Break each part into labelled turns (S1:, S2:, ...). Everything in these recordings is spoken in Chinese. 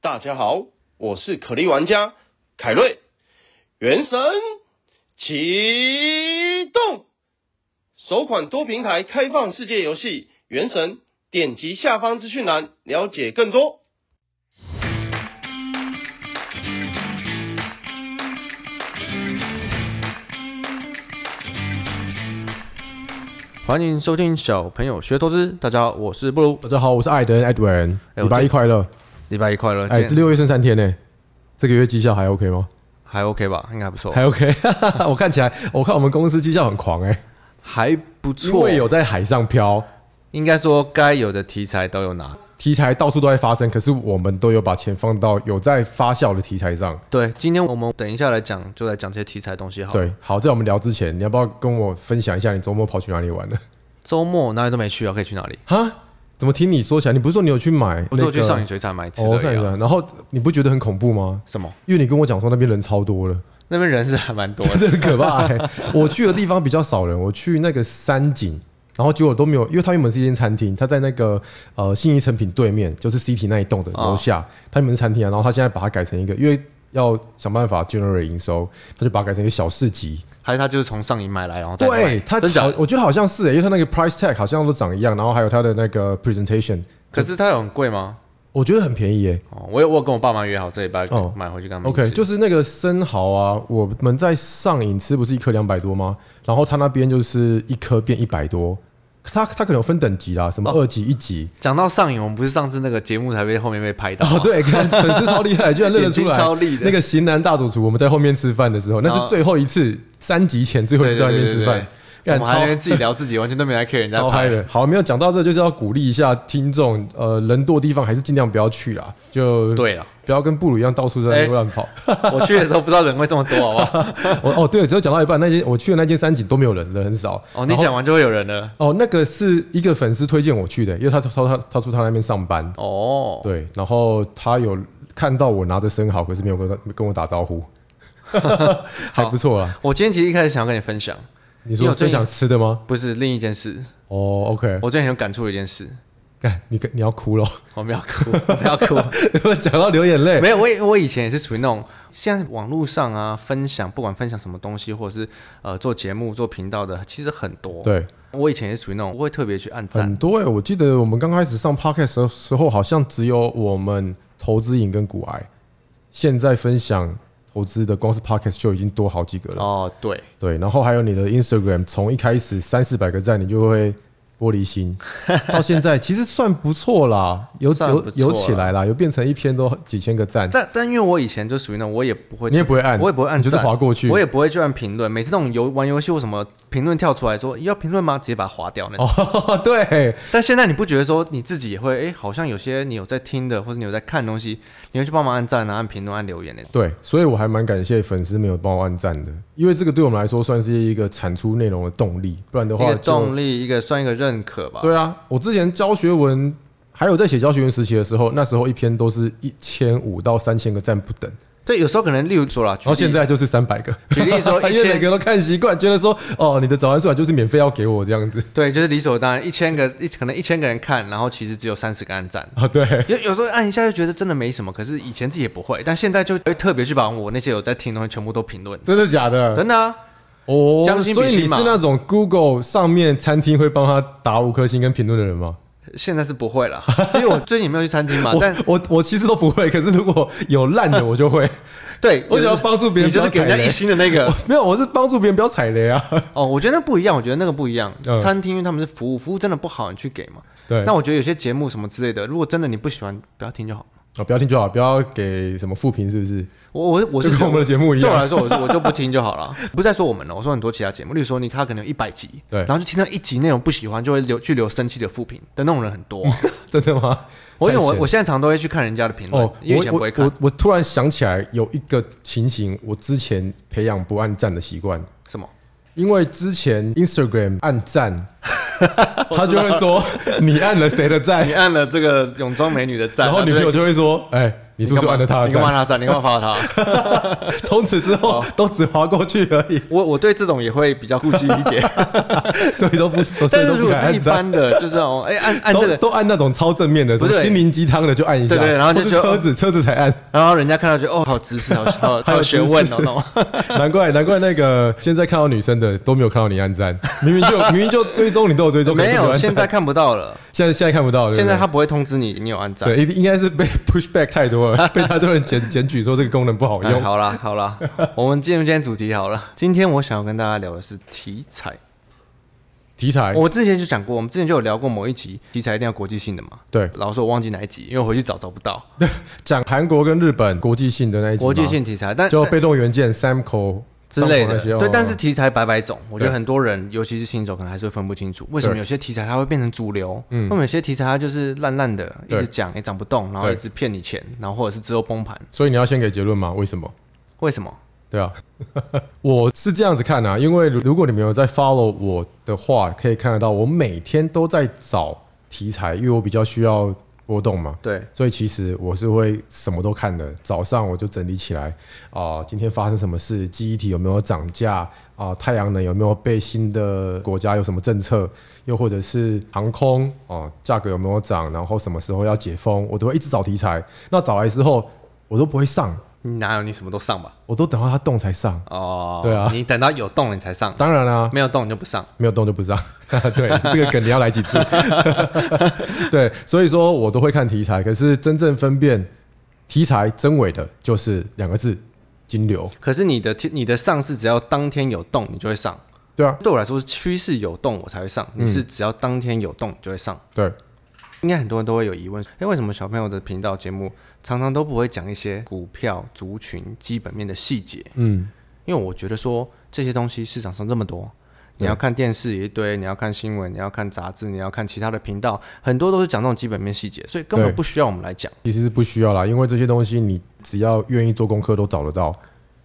S1: 大家好，我是可莉玩家凯瑞。原神启动，首款多平台开放世界游戏《原神》，点击下方资讯栏了解更多。
S2: 欢迎收听小朋友学投资，大家好，我是布鲁，
S3: 大家好，我是艾德艾德文，
S2: 哎
S3: 礼
S2: 我
S3: 拜
S2: 这
S3: 一快乐！
S2: 礼拜一快乐，今
S3: 哎，这
S2: 天
S3: 六月剩三天呢，这个月绩效还 OK 吗？
S2: 还 OK 吧，应该还不错，
S3: 还 OK，我 看起来，我看我们公司绩效很狂哎，
S2: 还不
S3: 因
S2: 错，
S3: 为有在海上漂，
S2: 应该说该有的题材都有拿，
S3: 题材到处都在发生，可是我们都有把钱放到有在发酵的题材上。
S2: 对，今天我们等一下来讲，就来讲这些题材东西好，，
S3: 对，好，在我们聊之前，你要不要跟我分享一下你周末跑去哪里玩 了？
S2: 周末哪里都没去啊，可以去哪里？
S3: 哈？怎么听你说起来，你不是说你有去买、那
S2: 我只有去
S3: 个
S2: 上影水产买吃
S3: 哦，
S2: 的
S3: 上瘾
S2: 呀，
S3: 水然后你不觉得很恐怖吗？
S2: 什么？
S3: 因为你跟我讲说那边人超多了。
S2: 那边人是还蛮 多
S3: 真的
S2: 的，
S3: 很可怕、欸。我去的地方比较少人，我去那个山景，然后结果都没有，因为它原本是一间餐厅，它在那个呃信义成品对面，就是 CT 那一栋的楼
S2: 哦
S3: 下，它原本是餐厅啊，然后它现在把它改成一个，因为要想办法 generate 营收，它就把它改成一个小市集。
S2: 还是他就是从上影买来，然后再卖
S3: 对，它
S2: 真假
S3: 好？我觉得好像是、欸，因为它那个 price tag 好像都长一样，然后还有它的那个 presentation，
S2: 可是它有很贵吗？
S3: 我觉得很便宜欸耶、
S2: 哦，我有我有跟我爸妈约好这礼拜
S3: 哦
S2: 买回去跟他们一
S3: OK，
S2: 起
S3: 就是那个生蚝啊，我们在上影吃不是一颗两百多吗？然后他那边就是一颗变一百多，他他可能有分等级啦，什么
S2: 哦
S3: 二级、一级。
S2: 讲到上影，我们不是上次那个节目才被后面被拍到吗
S3: 哦， 对，看粉丝超厉害，居然认得出
S2: 眼
S3: 来，
S2: 睛超厉的
S3: 那个型男大主厨，我们在后面吃饭的时候，那
S2: 然后
S3: 是最后一次，三级前最后一
S2: 对
S3: 次在外
S2: 对
S3: 面
S2: 对
S3: 吃
S2: 对对
S3: 饭，，
S2: 我
S3: 干
S2: 们还在那
S3: 超
S2: 边自己聊 自己，完全都没来 care 人家
S3: 超
S2: 拍
S3: 嗨的。好，没有讲到这，就是要鼓励一下听众，呃，人多地方还是尽量不要去啦，就
S2: 对了，
S3: 不要跟布鲁一样到处在那边乱跑。
S2: 我去的时候不知道人会这么多，好不好？
S3: 我哦，对，只有讲到一半，那些我去的那间山景都没有人，人很少。
S2: 哦，你
S3: 然后
S2: 讲完就会有人了。
S3: 哦，那个是一个粉丝推荐我去的，因为他他他他说他那边上班，
S2: 哦，
S3: 对，然后他有看到我拿着生蚝，可是没有跟我跟我打招呼， 还不错啦。
S2: 我今天其实一开始想要跟你分享，
S3: 你
S2: 你
S3: 说
S2: 有最
S3: 最想吃的吗？
S2: 不是另一件事，
S3: 哦，OK，
S2: 我最近很有感触的一件事，
S3: 干，你跟你要哭了，
S2: 我不要哭，我不要哭。
S3: 讲到流眼泪。
S2: 没有，我也我以前也是属于那种，现在网络上啊分享，不管分享什么东西，或者是呃做节目、做频道的，其实很多。，
S3: 对，
S2: 我以前也是属于那种不会特别去按赞
S3: 很，多哎、我记得我们刚开始上 podcast 的时候，好像只有我们投资营跟股癌，现在分享投资的光是 podcast 就已经多好几个了。
S2: 哦，对，
S3: 对，然后还有你的 Instagram，从一开始三四百个赞，你就会玻 璃心，到现在其实算不错啦，有
S2: 算
S3: 有
S2: 不错啦
S3: 有起来啦，有变成一篇都几千个赞。
S2: 但但因为我以前就属于那种，我也不会，
S3: 你也不会按
S2: 我也不会按
S3: 你
S2: 赞，
S3: 就是划过去
S2: 我也不会去按评论。每次那种游玩游戏或什么评论跳出来说要评论吗？直接把它划掉那种。
S3: 哦， 对，
S2: 但现在你不觉得说你自己也会，哎、好像有些你有在听的或者你有在看的东西，你会去帮忙按赞啊、按评论、按留言的。
S3: 对，所以我还蛮感谢粉丝没有帮我按赞的，因为这个对我们来说算是一个产出内容的动力，不然的
S2: 一
S3: 话
S2: 个
S3: 就
S2: 动力，一个算一个认可吧。
S3: 对啊，我之前教学文，还有在写教学文实习的时候，那时候一篇都是一千五到三千个赞不等，
S2: 对，有时候可能例如说啦，
S3: 然后
S2: 举例
S3: 现在就是三百个。
S2: 举例说一
S3: 因为每
S2: 千，
S3: 个人都看习惯，觉得说哦，你的早安睡晚就是免费要给我这样子
S2: 对，就是理所当然，一千个一可能一千个人看，然后其实只有三十个按赞。
S3: 啊，对，
S2: 有有时候按一下就觉得真的没什么，可是以前自己也不会，但现在就会特别去把我那些有在听的东西全部都评论，
S3: 真的假的？
S2: 真的啊，
S3: 哦，
S2: 将心比心
S3: 所以你
S2: 嘛
S3: 是那种 Google 上面餐厅会帮他打五颗星跟评论的人吗？
S2: 现在是不会 了，因为我最近也没有去餐厅嘛，啊但
S3: 我我我其实都不会，可 是如果有烂的我 就会，
S2: 对，有
S3: 我
S2: 时
S3: 想
S2: 候
S3: 要帮助别人
S2: 你就是给人家
S3: 不要踩雷
S2: 一星的那个
S3: 我。 没有，我是帮助别人不要踩 雷啊。
S2: 哦，我觉得那不一样，我觉得那个不一样。
S3: 嗯
S2: 餐厅因为他们是服务，服务真的不好，你去给嘛。
S3: 对，
S2: 那我觉得有些节目什么之类的，如果真的你不喜欢，不要听就好。
S3: 哦不要听就好，不要给什么负评是不是？
S2: 我我我是
S3: 就
S2: 觉
S3: 跟
S2: 得
S3: 我们的节目一
S2: 对
S3: 样
S2: 我来说，我是我就不听就好了。 不再说我们了，我说很多其他节目，例如说你看他可能有一百集，
S3: 对
S2: 然后就听到一集内容不喜欢，就会留去留生气的负评的那种人很多 啊、
S3: 真的吗？
S2: 我因为我
S3: 太闲
S2: 我现在常都会去看人家的评论，
S3: 哦，
S2: 因为以前不会
S3: 我
S2: 看
S3: 我我突然想起来有一个情形，我之前培养不按赞的习惯，
S2: 什么。
S3: 因为之前 Instagram 按赞，他就会说你按了谁的赞
S2: 你，按了这个泳装美女的赞，
S3: 然后女朋友就会说，哎、你是不是按了他
S2: 你
S3: 的
S2: 干嘛哦
S3: 赞？
S2: 拿赞？你干嘛发了他？
S3: 从此之后都只划过去而 已，
S2: 我我对这种也会比较顾忌一点，
S3: 所以都不，所
S2: 但
S3: 以
S2: 是
S3: 都
S2: 如
S3: 不
S2: 果
S3: 敢
S2: 是一
S3: 按赞。
S2: 般的，就是哦，哎、按按这个，
S3: 都都按那种超正面的，什
S2: 不
S3: 么
S2: 对
S3: 心灵鸡汤的就按一下，
S2: 对对然后就
S3: 或是
S2: 觉得
S3: 车子车子 才按，
S2: 然后人家看到觉得哦，好知识，好好好有学问哦，那种。
S3: 难怪难怪那个现在看到女生的都没有看到你按赞，明明就明明就追踪你都有追踪，可
S2: 没
S3: 是
S2: 有，
S3: 都按赞
S2: 现在看不到了。
S3: 现在现在看不到了，对
S2: 现
S3: 不对
S2: 在他不会通知你，你有按赞。
S3: 对应应该是被 push back 太多 了，被太多人检检举说这个功能不好
S2: 哎
S3: 用。
S2: 好啦好啦，我们进入今天主题好了。今天我想要跟大家聊的是题材。
S3: 题材
S2: 我之前就讲过，我们之前就有聊过某一集题材一定要国际性的嘛。
S3: 对
S2: 老实说，我忘记哪一集，因为我回去找找不到
S3: 讲韩国跟日本国际性的那一集吗
S2: 国际性题材，但
S3: 就
S2: 但
S3: 被动元件 Samco
S2: 之类的，
S3: Samco 那些
S2: 对，
S3: 哦
S2: 但是题材百百种，我觉得
S3: 对
S2: 很多人，尤其是新手，可能还是会分不清楚，为什么
S3: 对
S2: 有些题材它会变成主流，
S3: 嗯
S2: 那么有些题材它就是烂烂的，一
S3: 对
S2: 直讲也涨不动，然后
S3: 对
S2: 一直骗你钱，然后或者是之后崩盘，
S3: 所以你要先给结论吗？为什么？
S2: 为什么？
S3: 对啊， 我是这样子看啊，因为如如果你们有在 follow 我的话，可以看得到我每天都在找题材，因为我比较需要波动嘛。
S2: 对，
S3: 所以其实我是会什么都看的，早上我就整理起来啊、今天发生什么事，记忆体有没有涨价啊、太阳能有没有被新的国家有什么政策，又或者是航空哦、价格有没有涨，然后什么时候要解封，我都会一直找题材。那找来之后，我都不会上，
S2: 你哪有你什么都上吧？
S3: 我都等到它动才上。
S2: 哦，
S3: 对啊
S2: 你等到有动了你才上，
S3: 当然啦、
S2: 没有动你就不上。
S3: 没有动就不上。 对，这个梗你要来几次？ 对，所以说我都会看题材，可是真正分辨题材真伪的，就是两个字：金流。
S2: 可是你的你的上是只要当天有动你就会上，
S3: 对啊，
S2: 对我来说是趋势有动我才会上，
S3: 嗯
S2: 你是只要当天有动你就会上。
S3: 对，
S2: 应该很多人都会有疑问，哎，为什么小朋友的频道节目常常都不会讲一些股票、族群、基本面的细节？
S3: 嗯，
S2: 因为我觉得说这些东西市场上这么多，
S3: 对
S2: 你要看电视也一堆，你要看新闻，你要看杂志，你要看其他的频道，很多都是讲这种基本面细节，所以根本
S3: 对
S2: 不需要我们来讲。
S3: 其实是不需要啦，因为这些东西你只要愿意做功课都找得到。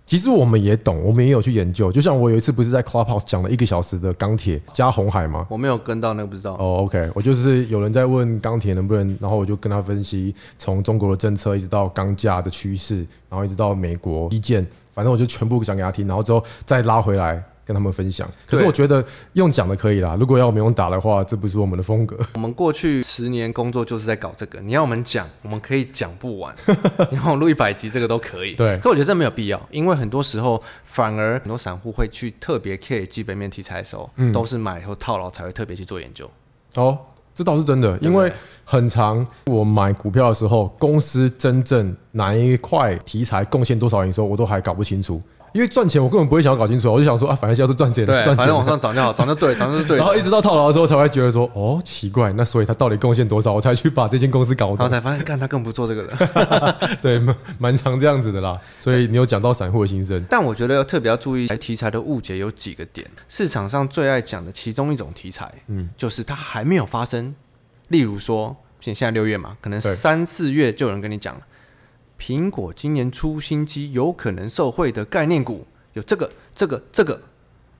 S3: 其实我们也懂，我们也有去研究。就像我有一次不是在 Clubhouse 讲了一个小时的钢铁加红海吗？
S2: 我没有跟到那个不知道。
S3: 哦、o k 我就是有人在问钢铁能不能，然后我就跟他分析从中国的政策一直到钢价的趋势，然后一直到美国意见，反正我就全部讲给他听，然后之后再拉回来跟他们分享。可是
S2: 对
S3: 我觉得用讲的可以啦，如果要我们用打的话，这不是我们的风格。
S2: 我们过去十年工作就是在搞这个，你要我们讲，我们可以讲不 完，你要我录一百集这个都可以。
S3: 对
S2: 可我觉得这没有必要，因为很多时候反而很多散户会去特别 care 基本面题材的时候，
S3: 嗯
S2: 都是买以后套牢才会特别去做研究。
S3: 哦，这倒是真的，
S2: 对
S3: 因
S2: 不对
S3: 为很长，我买股票的时候，公司真正哪一块题材贡献多少营收，我都还搞不清楚。因为赚钱，我根本不会想要搞清楚啊，我就想说啊，反正现在是赚钱的，
S2: 对，
S3: 赚钱的。
S2: 反正往上涨就 好，涨就对，涨就是对的，
S3: 然后一直到套牢的时候才会觉得说，哦，奇怪，那所以他到底贡献多少，我才去把这间公司搞
S2: 然后
S3: 懂。
S2: 才发现，干他更不做这个了。
S3: 对，蛮蛮常这样子的啦。所以你有讲到散户的心声，
S2: 但我觉得要特别要注意题材的误解有几个点，市场上最爱讲的其中一种题材，
S3: 嗯，
S2: 就是它还没有发生。例如说，现现在六月嘛，可能
S3: 对
S2: 三四月就有人跟你讲了，苹果今年出新机有可能受惠的概念股有这个、这个、这个，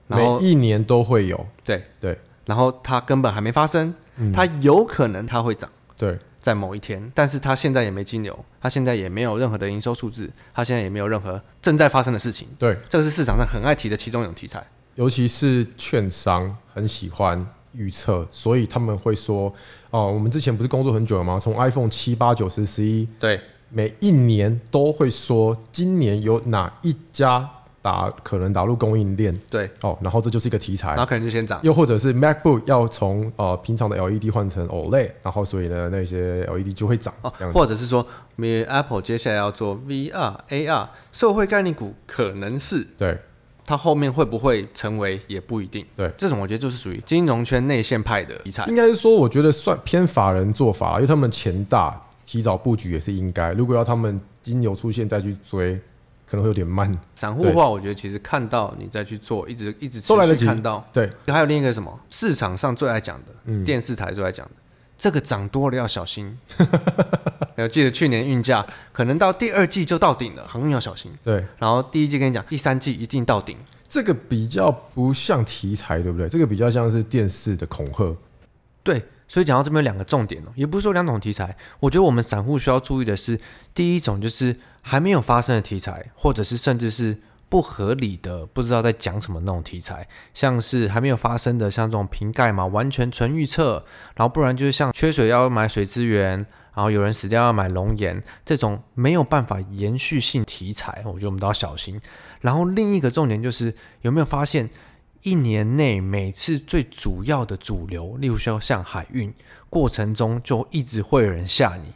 S2: 然
S3: 每
S2: 后
S3: 一年都会有，
S2: 对，
S3: 对
S2: 然后它根本还没发生，
S3: 嗯
S2: 它有可能它会涨。
S3: 对，
S2: 在某一天，但是它现在也没金流，它现在也没有任何的营收数字，它现在也没有任何正在发生的事情。
S3: 对
S2: 这是市场上很爱提的其中一种题材。
S3: 尤其是券商很喜欢预测，所以他们会说，哦，我们之前不是工作很久了吗？从 iPhone 七、八、九、十、十一，
S2: 对，
S3: 每一年都会说今年有哪一家打可能打入供应链，
S2: 对，
S3: 哦，然后这就是一个题材
S2: 然。后可能就先涨。
S3: 又或者是 MacBook 要从呃平常的 LED 换成 OLED，然后所以呢那些 LED 就会涨，
S2: 哦
S3: 这样，子
S2: 或者是说，Mi- Apple 接下来要做 VR、AR，社会概念股可能是
S3: 对
S2: 它后面会不会成为也不一定。
S3: 对。
S2: 这种我觉得就是属于金融圈内线派的题材
S3: 应。该是说，我觉得算偏法人做法，因为他们钱大，提早布局也是应该。如果要他们金牛出现再去追，可能会有点慢。
S2: 散户
S3: 对
S2: 的话，我觉得其实看到你再去做，一直一直持
S3: 都来得及
S2: 续看到。
S3: 对，
S2: 还有另一个什么，市场上最爱讲的，
S3: 嗯
S2: 电视台最爱讲的，这个涨多了要小 心。我记得去年运价可能到第二季就到顶了，航运要小心。
S3: 对，
S2: 然后第一季跟你讲，第三季一定到顶。
S3: 这个比较不像题材，对不对？这个比较像是电视的恐吓。
S2: 对，所以讲到这边有两个重点哦，也不是说两种题材，我觉得我们散户需要注意的是，第一种就是还没有发生的题材，或者是甚至是不合理的，不知道在讲什么那种题材，像是还没有发生的，像这种瓶盖嘛，完全纯预测，然后不然就是像缺水要买水资源，然后有人死掉要买龙岩这种没有办法延续性题材，我觉得我们都要小心。然后另一个重点就是有没有发现？一年内每次最主要的主流，例如说像海运，过程中就一直会有人吓你。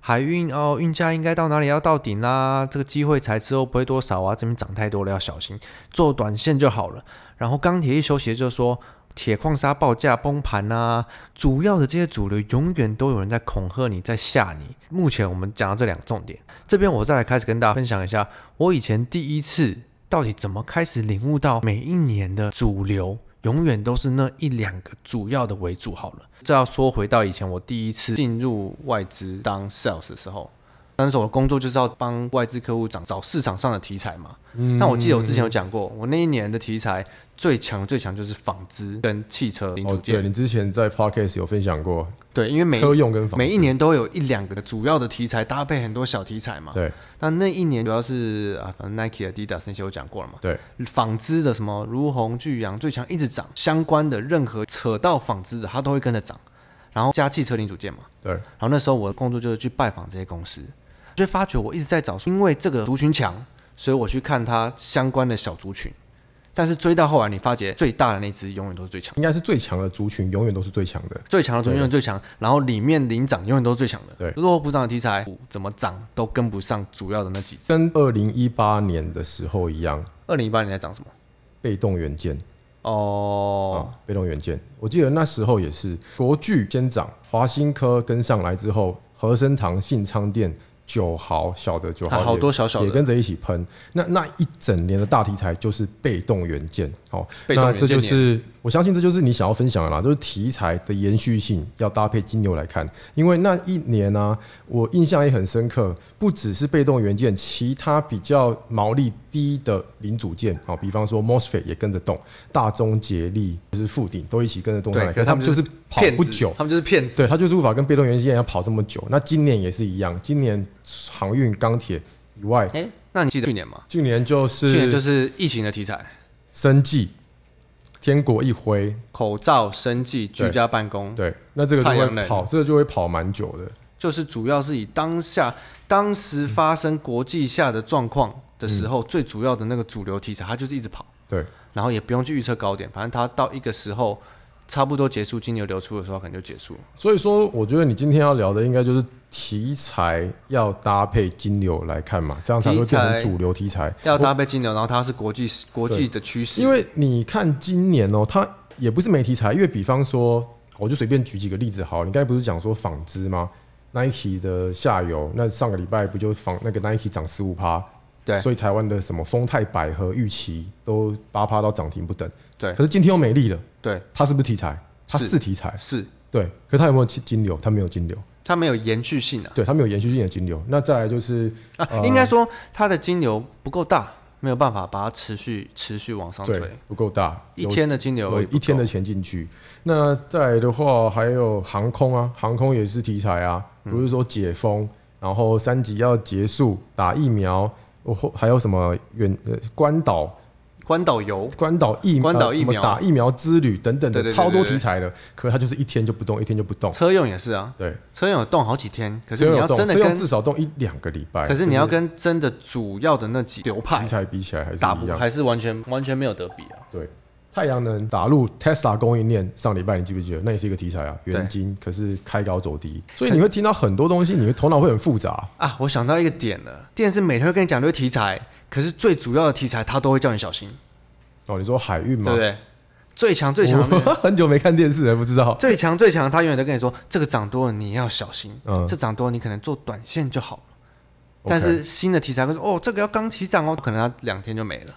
S2: 海运哦，运价应该到哪里要到顶啦、这个机会才之后不会多少啊，这边涨太多了要小心，做短线就好了。然后钢铁一休息就说铁矿砂报价崩盘啊，主要的这些主流永远都有人在恐吓你，在吓你。目前我们讲到这两个重点，这边我再来开始跟大家分享一下，我以前第一次到底怎么开始领悟到每一年的主流永远都是那一两个主要的为主好了。这要说回到以前我第一次进入外资当 sales 的时候，当时我的工作就是要帮外资客户找找市场上的题材嘛。
S3: 嗯
S2: 那我记得我之前有讲过，我那一年的题材最强最强就是纺织跟汽车零
S3: 哦
S2: 组，件。
S3: 对你之前在 podcast 有分享过，
S2: 对，因为每
S3: 车用跟纺织
S2: 每一年都有一两个主要的题材搭配很多小题材嘛。。
S3: 对
S2: 那那一年主要是啊，反正 Nike、Adidas 那些我讲过了嘛。
S3: 对，
S2: 纺织的什么如虹、巨阳、最强一直涨，相关的任何扯到纺织的，它都会跟着涨。然后加汽车零组件嘛，
S3: 对，
S2: 然后那时候我的工作就是去拜访这些公司，就发觉我一直在找，因为这个族群强，所以我去看它相关的小族群。但是追到后来，你发觉最大的那只永远都是最强，
S3: 应该是最强的族群，永远都是最强的。
S2: 最强的族群永远最强，然后里面领涨永远都是最强的。
S3: 对
S2: 弱不涨的题材股怎么涨都跟不上主要的那几只。
S3: 跟二零一八年的时候一样，
S2: 二零一八年在涨什么？
S3: 被动元件
S2: 哦，
S3: 啊，被动元件，我记得那时候也是国巨先涨，华新科跟上来之后，和生堂、信昌店。九豪小的九豪
S2: 啊
S3: 也、
S2: 好多小小的
S3: 也跟着一起喷，那那一整年的大题材就是被动元件，好、
S2: 被动
S3: 那
S2: 元
S3: 这
S2: 件
S3: 就是我相信这就是你想要分享的啦，就是题材的延续性要搭配金牛来看，因为那一年呢、我印象也很深刻，不只是被动元件，其他比较毛利低的零组件，好、比方说 MOSFET 也跟着动，大中捷力就是富鼎都一起跟着动上
S2: 对，
S3: 来，
S2: 可是
S3: 他
S2: 他们
S3: 们就是是跑
S2: 骗
S3: 不
S2: 子
S3: 久，
S2: 他们就是骗子。
S3: 对，他就是无法跟被动元件要跑这么久。那今年也是一样，今年航运、钢铁以外，
S2: 哎，那你记得去年吗？
S3: 去年就是
S2: 去年就是疫情的题材，
S3: 生技、天国一辉，
S2: 口罩、生计、居家办公，，
S3: 对，那这个就
S2: 嗯太阳
S3: 会
S2: 能
S3: 跑，这个就会跑蛮久的。
S2: 就是主要是以当下当时发生国际下的状况的时
S3: 嗯
S2: 候，最主要的那个主流题材，它就是一直跑，
S3: 对，
S2: 然后也不用去预测高点，反正它到一个时候差不多结束金牛流出的时候，可能就结束了。
S3: 所以说我觉得你今天要聊的应该就是题材要搭配金流来看嘛，这样才会变成主流题材。
S2: 要搭配金牛，然后它是国际国际的趋势，
S3: 因为你看今年哦，它也不是没题材，因为比方说，我就随便举几个例子好了，你刚才不是讲说纺织吗？Nike 的下游，那上个礼拜不就纺那个 Nike 涨十五趴？
S2: 对
S3: 所以台湾的什么丰泰百合、玉琪都八趴到涨停不等。
S2: 对
S3: 可是今天又没力了，
S2: 对
S3: 它是不是题材？它
S2: 是
S3: 是题材，
S2: 是
S3: 对。可是它有没有金流？它没有金流，
S2: 它没有延续性啊，
S3: 对，它没有延续性的金流。那再来就是
S2: 啊，
S3: 呃
S2: 应该说它的金流不够大，没有办法把它持续持续往上
S3: 对
S2: 推。
S3: 不够大，
S2: 一
S3: 有
S2: 天的金流
S3: 有
S2: 也不
S3: 一天
S2: 够
S3: 的钱进去。那再来的话，还有航空啊，航空也是题材啊，
S2: 嗯
S3: 不是说解封，然后三级要结束，打疫苗，哦，或还有什么远呃关岛。
S2: 关岛游
S3: 关岛疫
S2: 关岛
S3: 呃
S2: 疫
S3: 什么
S2: 苗
S3: 打疫苗之旅等等的
S2: 对对对
S3: 超多
S2: 对对
S3: 题材的，可它就是一天就不动，一天就不动。
S2: 车用也是啊，
S3: 对，
S2: 车用有动好几天，可
S3: 可
S2: 是你要真的跟
S3: 至，少动一两个礼拜。
S2: 可是你
S3: 就
S2: 要跟真的主要的那几流派
S3: 题材比起来还是
S2: 打
S3: 一
S2: 不，
S3: 样。
S2: 还是完全完全没有得比啊。
S3: 对，太阳能打入 Tesla 供应链，上礼拜你记不记得？那也是一个题材啊，
S2: 对
S3: 原金可是开高走低，所以你会听到很多东西，你的头脑会很复杂。
S2: 啊，我想到一个点了，电视每天会跟你讲这些题材，可是最主要的题材它都会叫你小心，
S3: 哦，你说海
S2: 对
S3: 运吗？
S2: 不对？最强最强的那
S3: 我
S2: 个。
S3: 很久没看电视了，不知道。
S2: 最强最强，他永远都跟你说，这个涨多了你要小心，
S3: 嗯
S2: 这涨多了你可能做短线就好了。
S3: OK
S2: 但是新的题材会说，哦，这个要刚起涨哦，可能它两天就没 了。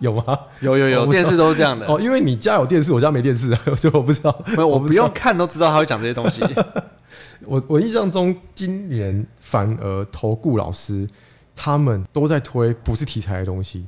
S3: 有吗？
S2: 有有有
S3: 我不知道
S2: 电视都是这样的
S3: 哦，因为你家有电视，我家没电视， 所以我不知道。
S2: 没有，我不用看都知道他会讲这些东 西。
S3: 我我印象中，今年反而投顾老师他们都在推不是题材的东西，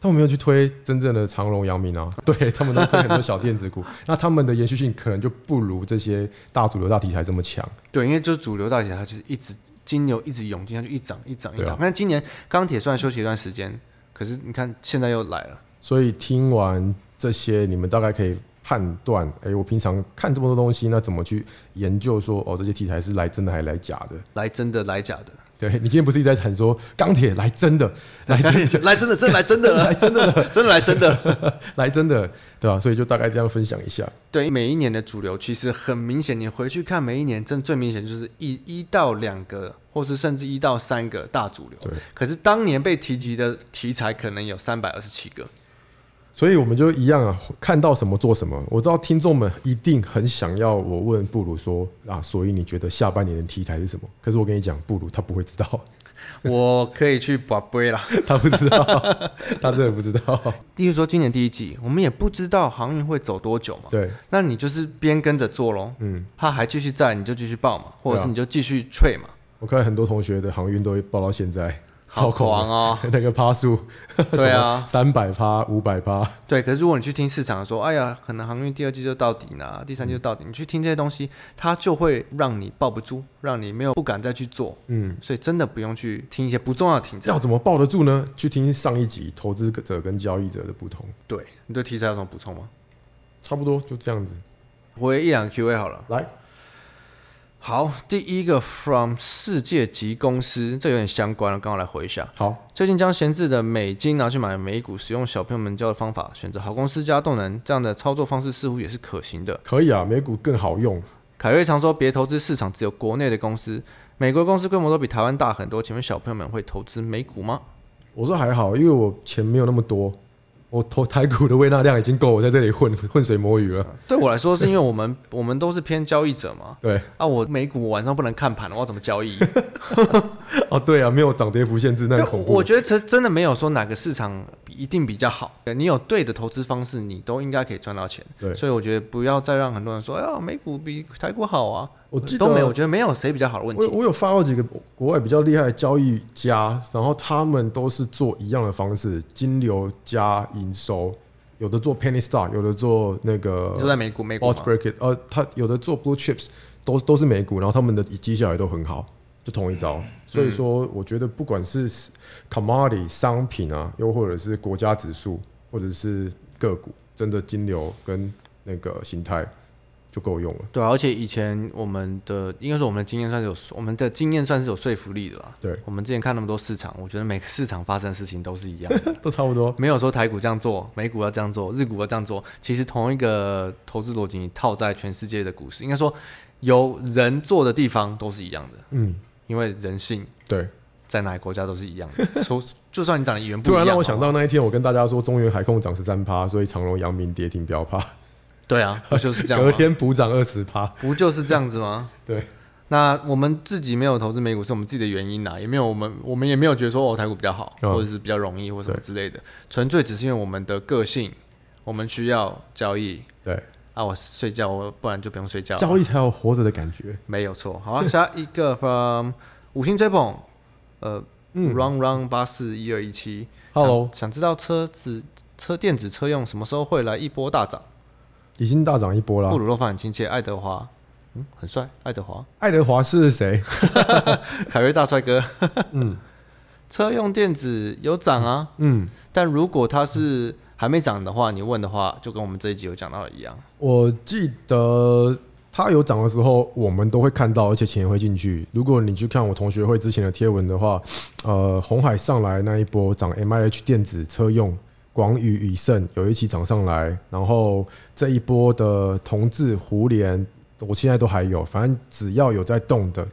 S3: 他们没有去推真正的长荣、阳明啊，对他们都推很多小电子股，那他们的延续性可能就不如这些大主流大题材这么强。
S2: 对，因为就是主流大铁，它就是一直金牛一直涌进，它就一涨一涨一
S3: 对
S2: 涨
S3: 啊。
S2: 那、今年钢铁虽然休息一段时间，可是你看现在又来了。
S3: 所以听完这些，你们大概可以判断，哎、我平常看这么多东西，那怎么去研究说，哦，这些题材是来真的还是来假的？
S2: 来真的，来 假的，
S3: 对你今天不是一直在谈说钢铁来真的，来真的，
S2: 来真的，真的来真的， 来真的，真的来真的。
S3: 来真的，对吧、所以就大概这样分享一下。
S2: 对，每一年的主流其实很明显，你回去看每一年，真最明显就是一一到两个，或是甚至一到三个大主流。
S3: 对
S2: 可是当年被提及的题材可能有三百二十七 个。
S3: 所以我们就一样啊，看到什么做什么。我知道听众们一定很想要我问布鲁说啊，所以你觉得下半年的题材是什么？可是我跟你讲，布鲁他不会知道，
S2: 我可以去把杯啦。
S3: 他不知道， 他真的不知道。
S2: 例如说今年第一季，我们也不知道航运会走多久嘛。。
S3: 对，
S2: 那你就是边跟着做咯，
S3: 嗯，
S2: 它还继续在，你就继续报嘛，或者
S3: 对
S2: 是
S3: 啊
S2: 你就继续 trade 嘛。
S3: 我看很多同学的航运都会报到现在，
S2: 好
S3: 超恐
S2: 狂哦
S3: 那个趴数，
S2: 对啊
S3: 三百趴、五百趴，
S2: 对，可是如果你去听市场说，哎呀，可能航运第二季就到底呢，第三季就到底，你去听这些东西，它就会让你抱不住，让你没有不敢再去做。
S3: 嗯，
S2: 所以真的不用去听一些不重要的题
S3: 要
S2: 材。
S3: 怎么抱得住呢？去听上一集投资者跟交易者的不同，
S2: 对，你对题材有什么补充吗？
S3: 差不多就这样子。
S2: 回一两 Q&A 好了。
S3: 来，
S2: 好，第一个 from 世界级公司，这有点相关了，刚好来回一下。
S3: 好，
S2: 最近将闲置的美金拿去买美股，使用小朋友们教的方法，选择好公司加动能，这样的操作方式似乎也是可行的。
S3: 可以啊，美股更好用。
S2: 凯瑞常说，别投资市场只有国内的公司，美国公司规模都比台湾大很多。请问小朋友们会投资美股吗？
S3: 我说还好，因为我钱没有那么多，我投台股的微纳量已经够我在这里混 混水摸鱼了。
S2: 对我来说，是因为我们 我们都是偏交易者嘛。
S3: 对，
S2: 啊，我美股晚上不能看盘，我要怎么交 易？
S3: 哦对啊，没有涨跌幅限制，那很恐怖。
S2: 我觉得真真的没有说哪个市场一定比较好，你有对的投资方式，你都应该可以赚到钱。
S3: 对
S2: 所以我觉得不要再让很多人说，哎呀，美股比台股好啊。
S3: 我记得
S2: 都没有，我觉得没有谁比较好的问
S3: 我
S2: 题。
S3: 我有发到几个国外比较厉害的交易家，然后他们都是做一样的方式，金流加营收，有的做 penny stock，有的做那个
S2: 你说在美股美股
S3: o u
S2: 吗
S3: t bracket，呃，他有的做 blue chips，都都是美股，然后他们的绩效也都很好，就同一
S2: 嗯
S3: 招。所以说，我觉得不管是 commodity 商品啊，又或者是国家指数，或者是个股，真的金流跟那个形态就够用了。
S2: 对啊、而且以前我们的应该说我们的经验算是有，我们的经验算是有说服力的啦。
S3: 对，
S2: 我们之前看那么多市场，我觉得每个市场发生的事情 都是一样的
S3: 都差不多。
S2: 没有说台股这样做，美股要这样做，日股要这样做。其实同一个投资逻辑你套在全世界的股市，应该说有人做的地方都是一样的，
S3: 嗯，
S2: 因为人性
S3: 对。
S2: 在哪个国家都是一样的。说就算你长得语言不一
S3: 突
S2: 样，哦
S3: 然让我想
S2: 好
S3: 到那一天，我跟大家说中原海控涨十三趴，所以长隆、阳明跌停标趴，
S2: 不好，对啊，不就是 这样吗？
S3: 隔天补涨二十趴。
S2: 不就是这样子吗？
S3: 对，
S2: 那我们自己没有投资美股是我们自己的原因啦，啊也没有我们我们也没有觉得说哦台股比较好，
S3: 嗯
S2: 或者是比较容易或什么
S3: 对
S2: 之类的，纯粹只是因为我们的个性，我们需要交易
S3: 对，
S2: 啊，我睡觉我不然就不用睡觉了，
S3: 交易才有活着的感觉。
S2: 没有错。好、下一个 from 五星追捧，呃，
S3: 嗯
S2: run run 八四一二一七
S3: Hello
S2: 想知道车子车电子车用什么时候会来一波大涨？
S3: 已经大涨一波啦
S2: 布。鲁洛夫很亲切，爱德华，嗯，很帅，爱德华，
S3: 爱德华是谁？
S2: 凯瑞大帅哥。
S3: 嗯
S2: 车用电子有涨啊，
S3: 嗯，
S2: 但如果它是还没涨的话，你问的话，就跟我们这一集有讲到的一样。
S3: 我记得它有涨的时候，我们都会看到，而且钱也会进去。如果你去看我同学会之前的贴文的话，呃，红海上来那一波涨 M I H 电子车用。广宇、以盛有一起涨上来，然后这一波的同志、胡联，我现在都还有，反正只要有在动的，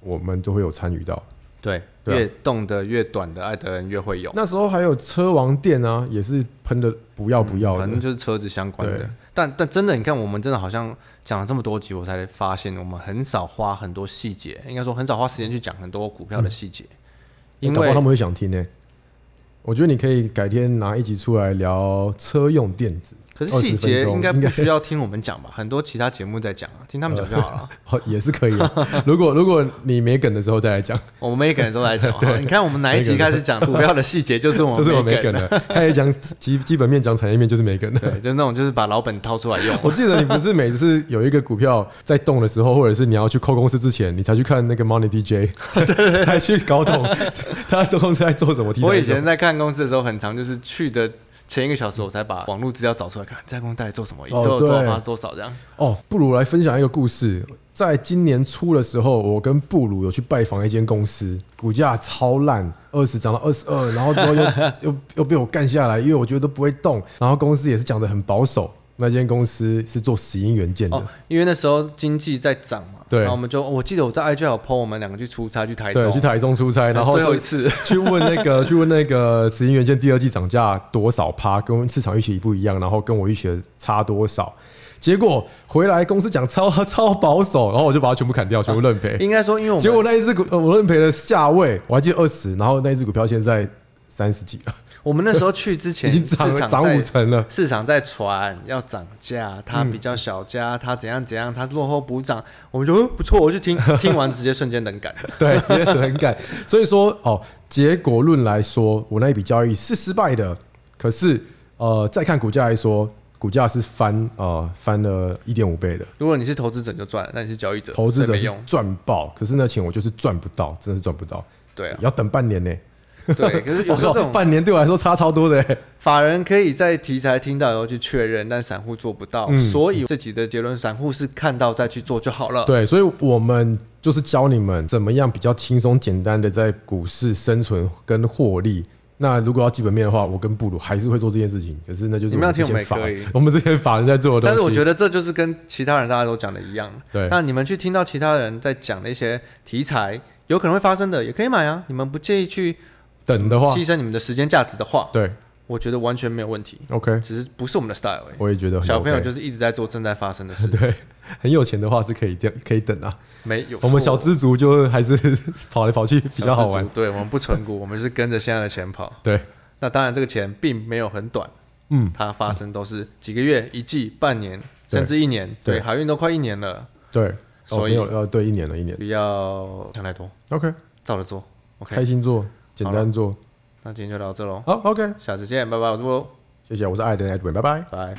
S3: 我们都会有参与到。
S2: 对，
S3: 对啊
S2: 越动的越短的，爱德人越会有。
S3: 那时候还有车王店啊，也是喷的不要不要的，
S2: 反正嗯就是车子相关
S3: 对
S2: 的。但但真的，你看我们真的好像讲了这么多集，我才发现我们很少花很多细节，应该说很少花时间去讲很多股票的细节，因
S3: 嗯哎搞不
S2: 为
S3: 好他们会想听呢、我觉得你可以改天拿一集出来聊车用电子，
S2: 可是
S3: 20
S2: 细节
S3: 分钟
S2: 应该不
S3: 应该
S2: 需要听我们讲吧，很多其他节目在讲啊，听他们讲就 好了。
S3: 好哦也是可以啊。 如果如果你没梗的时候再来讲，
S2: 我们每个人都 在讲啊，你看我们哪一集开始讲股票的细节，就是我们
S3: 就是我
S2: 每
S3: 没
S2: 个
S3: 梗
S2: 人
S3: 的，开始讲基基本面讲产业面就是没梗的。
S2: 对，就是那种就是把老本掏出来用啊。
S3: 我记得你不是每次有一个股票在动的时候，或者是你要去扣公司之前，你才去看那个 Money DJ，才去搞懂他的公司在做什么题材。
S2: 我以前在看公司的时候，很常就是去的前一个小时，我才把网络资料找出来看，这家公司到底做什么，之
S3: 哦
S2: 后多少
S3: 对
S2: 发多少这样。
S3: 哦，布鲁来分享一个故事。在今年初的时候，我跟布鲁有去拜访一间公司，股价超烂，二十涨到二十二，然后之 后又又又被我干下来，因为我觉得都不会动。然后公司也是讲的很保守，那间公司是做石英元件的，
S2: 哦，因为那时候经济在涨嘛，
S3: 对
S2: 然后我们就我记得我在 IG 有 po 我们两个去出差去台中，哎
S3: 对，去台中出差，然后
S2: 最后
S3: 就
S2: 一次
S3: 去问那个去问那个石英元件第二季涨价多少趴，跟市场预期不一样，然后跟我预期的差多少。结果回来公司讲超超保守，然后我就把它全部砍掉，全部认赔。
S2: 应该说因为我们
S3: 结果那一只股，呃我认赔的价位我还记得二十，然后那一只股票现在三十几了。
S2: 我们那时候去之前，
S3: 已经涨了
S2: 市场
S3: 涨
S2: 在
S3: 五成了
S2: 市场在传要涨价，它比较小家，它怎样怎样，它落后补涨，我们就呃不错，我去听， 听完直接瞬间冷感。
S3: 对，直接 很感。所以说，哦，结果论来说，我那一笔交易是失败的。可是，呃，再看股价来说，股价是翻呃翻了一点五倍的。
S2: 如果你是投资者你就赚了，那你是交易者，
S3: 投资
S2: 所
S3: 者
S2: 以没
S3: 是
S2: 用。
S3: 赚爆，可是那钱我就是赚不到，真的是赚不到。
S2: 对啊
S3: 要等半年呢。
S2: 对，可是有时
S3: 哦
S2: 候这种
S3: 半年对我来说差超多的欸。
S2: 法人可以在题材听到以后去确认，但散户做不到，
S3: 嗯
S2: 所以这集的结论，散户是看到再去做就好了。，
S3: 对，所以我们就是教你们怎么样比较轻松简单的在股市生存跟获利。那如果要基本面的话，我跟布鲁还是会做这件事情，可是那就是
S2: 你们要听
S3: 我
S2: 我们也
S3: 们之前
S2: 可以
S3: 法我们之前法人在做的
S2: 但
S3: 东
S2: 是我
S3: 西。
S2: 觉
S3: 得
S2: 得这就是跟其他人大家都讲的一样。
S3: 对
S2: 那你们去听到其他人在讲的一些题材，有可能会发生的，也可以买啊。你们不介意去
S3: 等的话，
S2: 牺牲你们的时间价值的话，
S3: 对
S2: 我觉得完全没有问题。
S3: ，OK，
S2: 只是不是我们的 style 而已。
S3: 我也觉得很
S2: 小朋友
S3: OK
S2: 就是一直在做正在发生的事，
S3: 对，很有钱的话是可以等，可以等啊。
S2: 没有错。
S3: 我们小资族就还是 跑来跑去比较好
S2: 小资
S3: 玩
S2: 族。对我们不存 股，我们是跟着现在的钱跑。
S3: 对，
S2: 那当然，这个钱并没有很短，
S3: 嗯，
S2: 它发生都是几个月、一季、半年，
S3: 对
S2: 甚至一年。
S3: 对
S2: 对，海运都快一年了，
S3: 对，哦，
S2: 所
S3: 没
S2: 以
S3: 有，呃，对，一年了，一年
S2: 不要想太多，
S3: ，OK，
S2: 照着做。
S3: 开
S2: OK，
S3: 心做，简单做，
S2: 那今天就到这喽，
S3: 好，OK，
S2: 下次见，拜拜，我是波，
S3: 谢谢，我是艾登艾 d w 拜拜。
S2: 拜。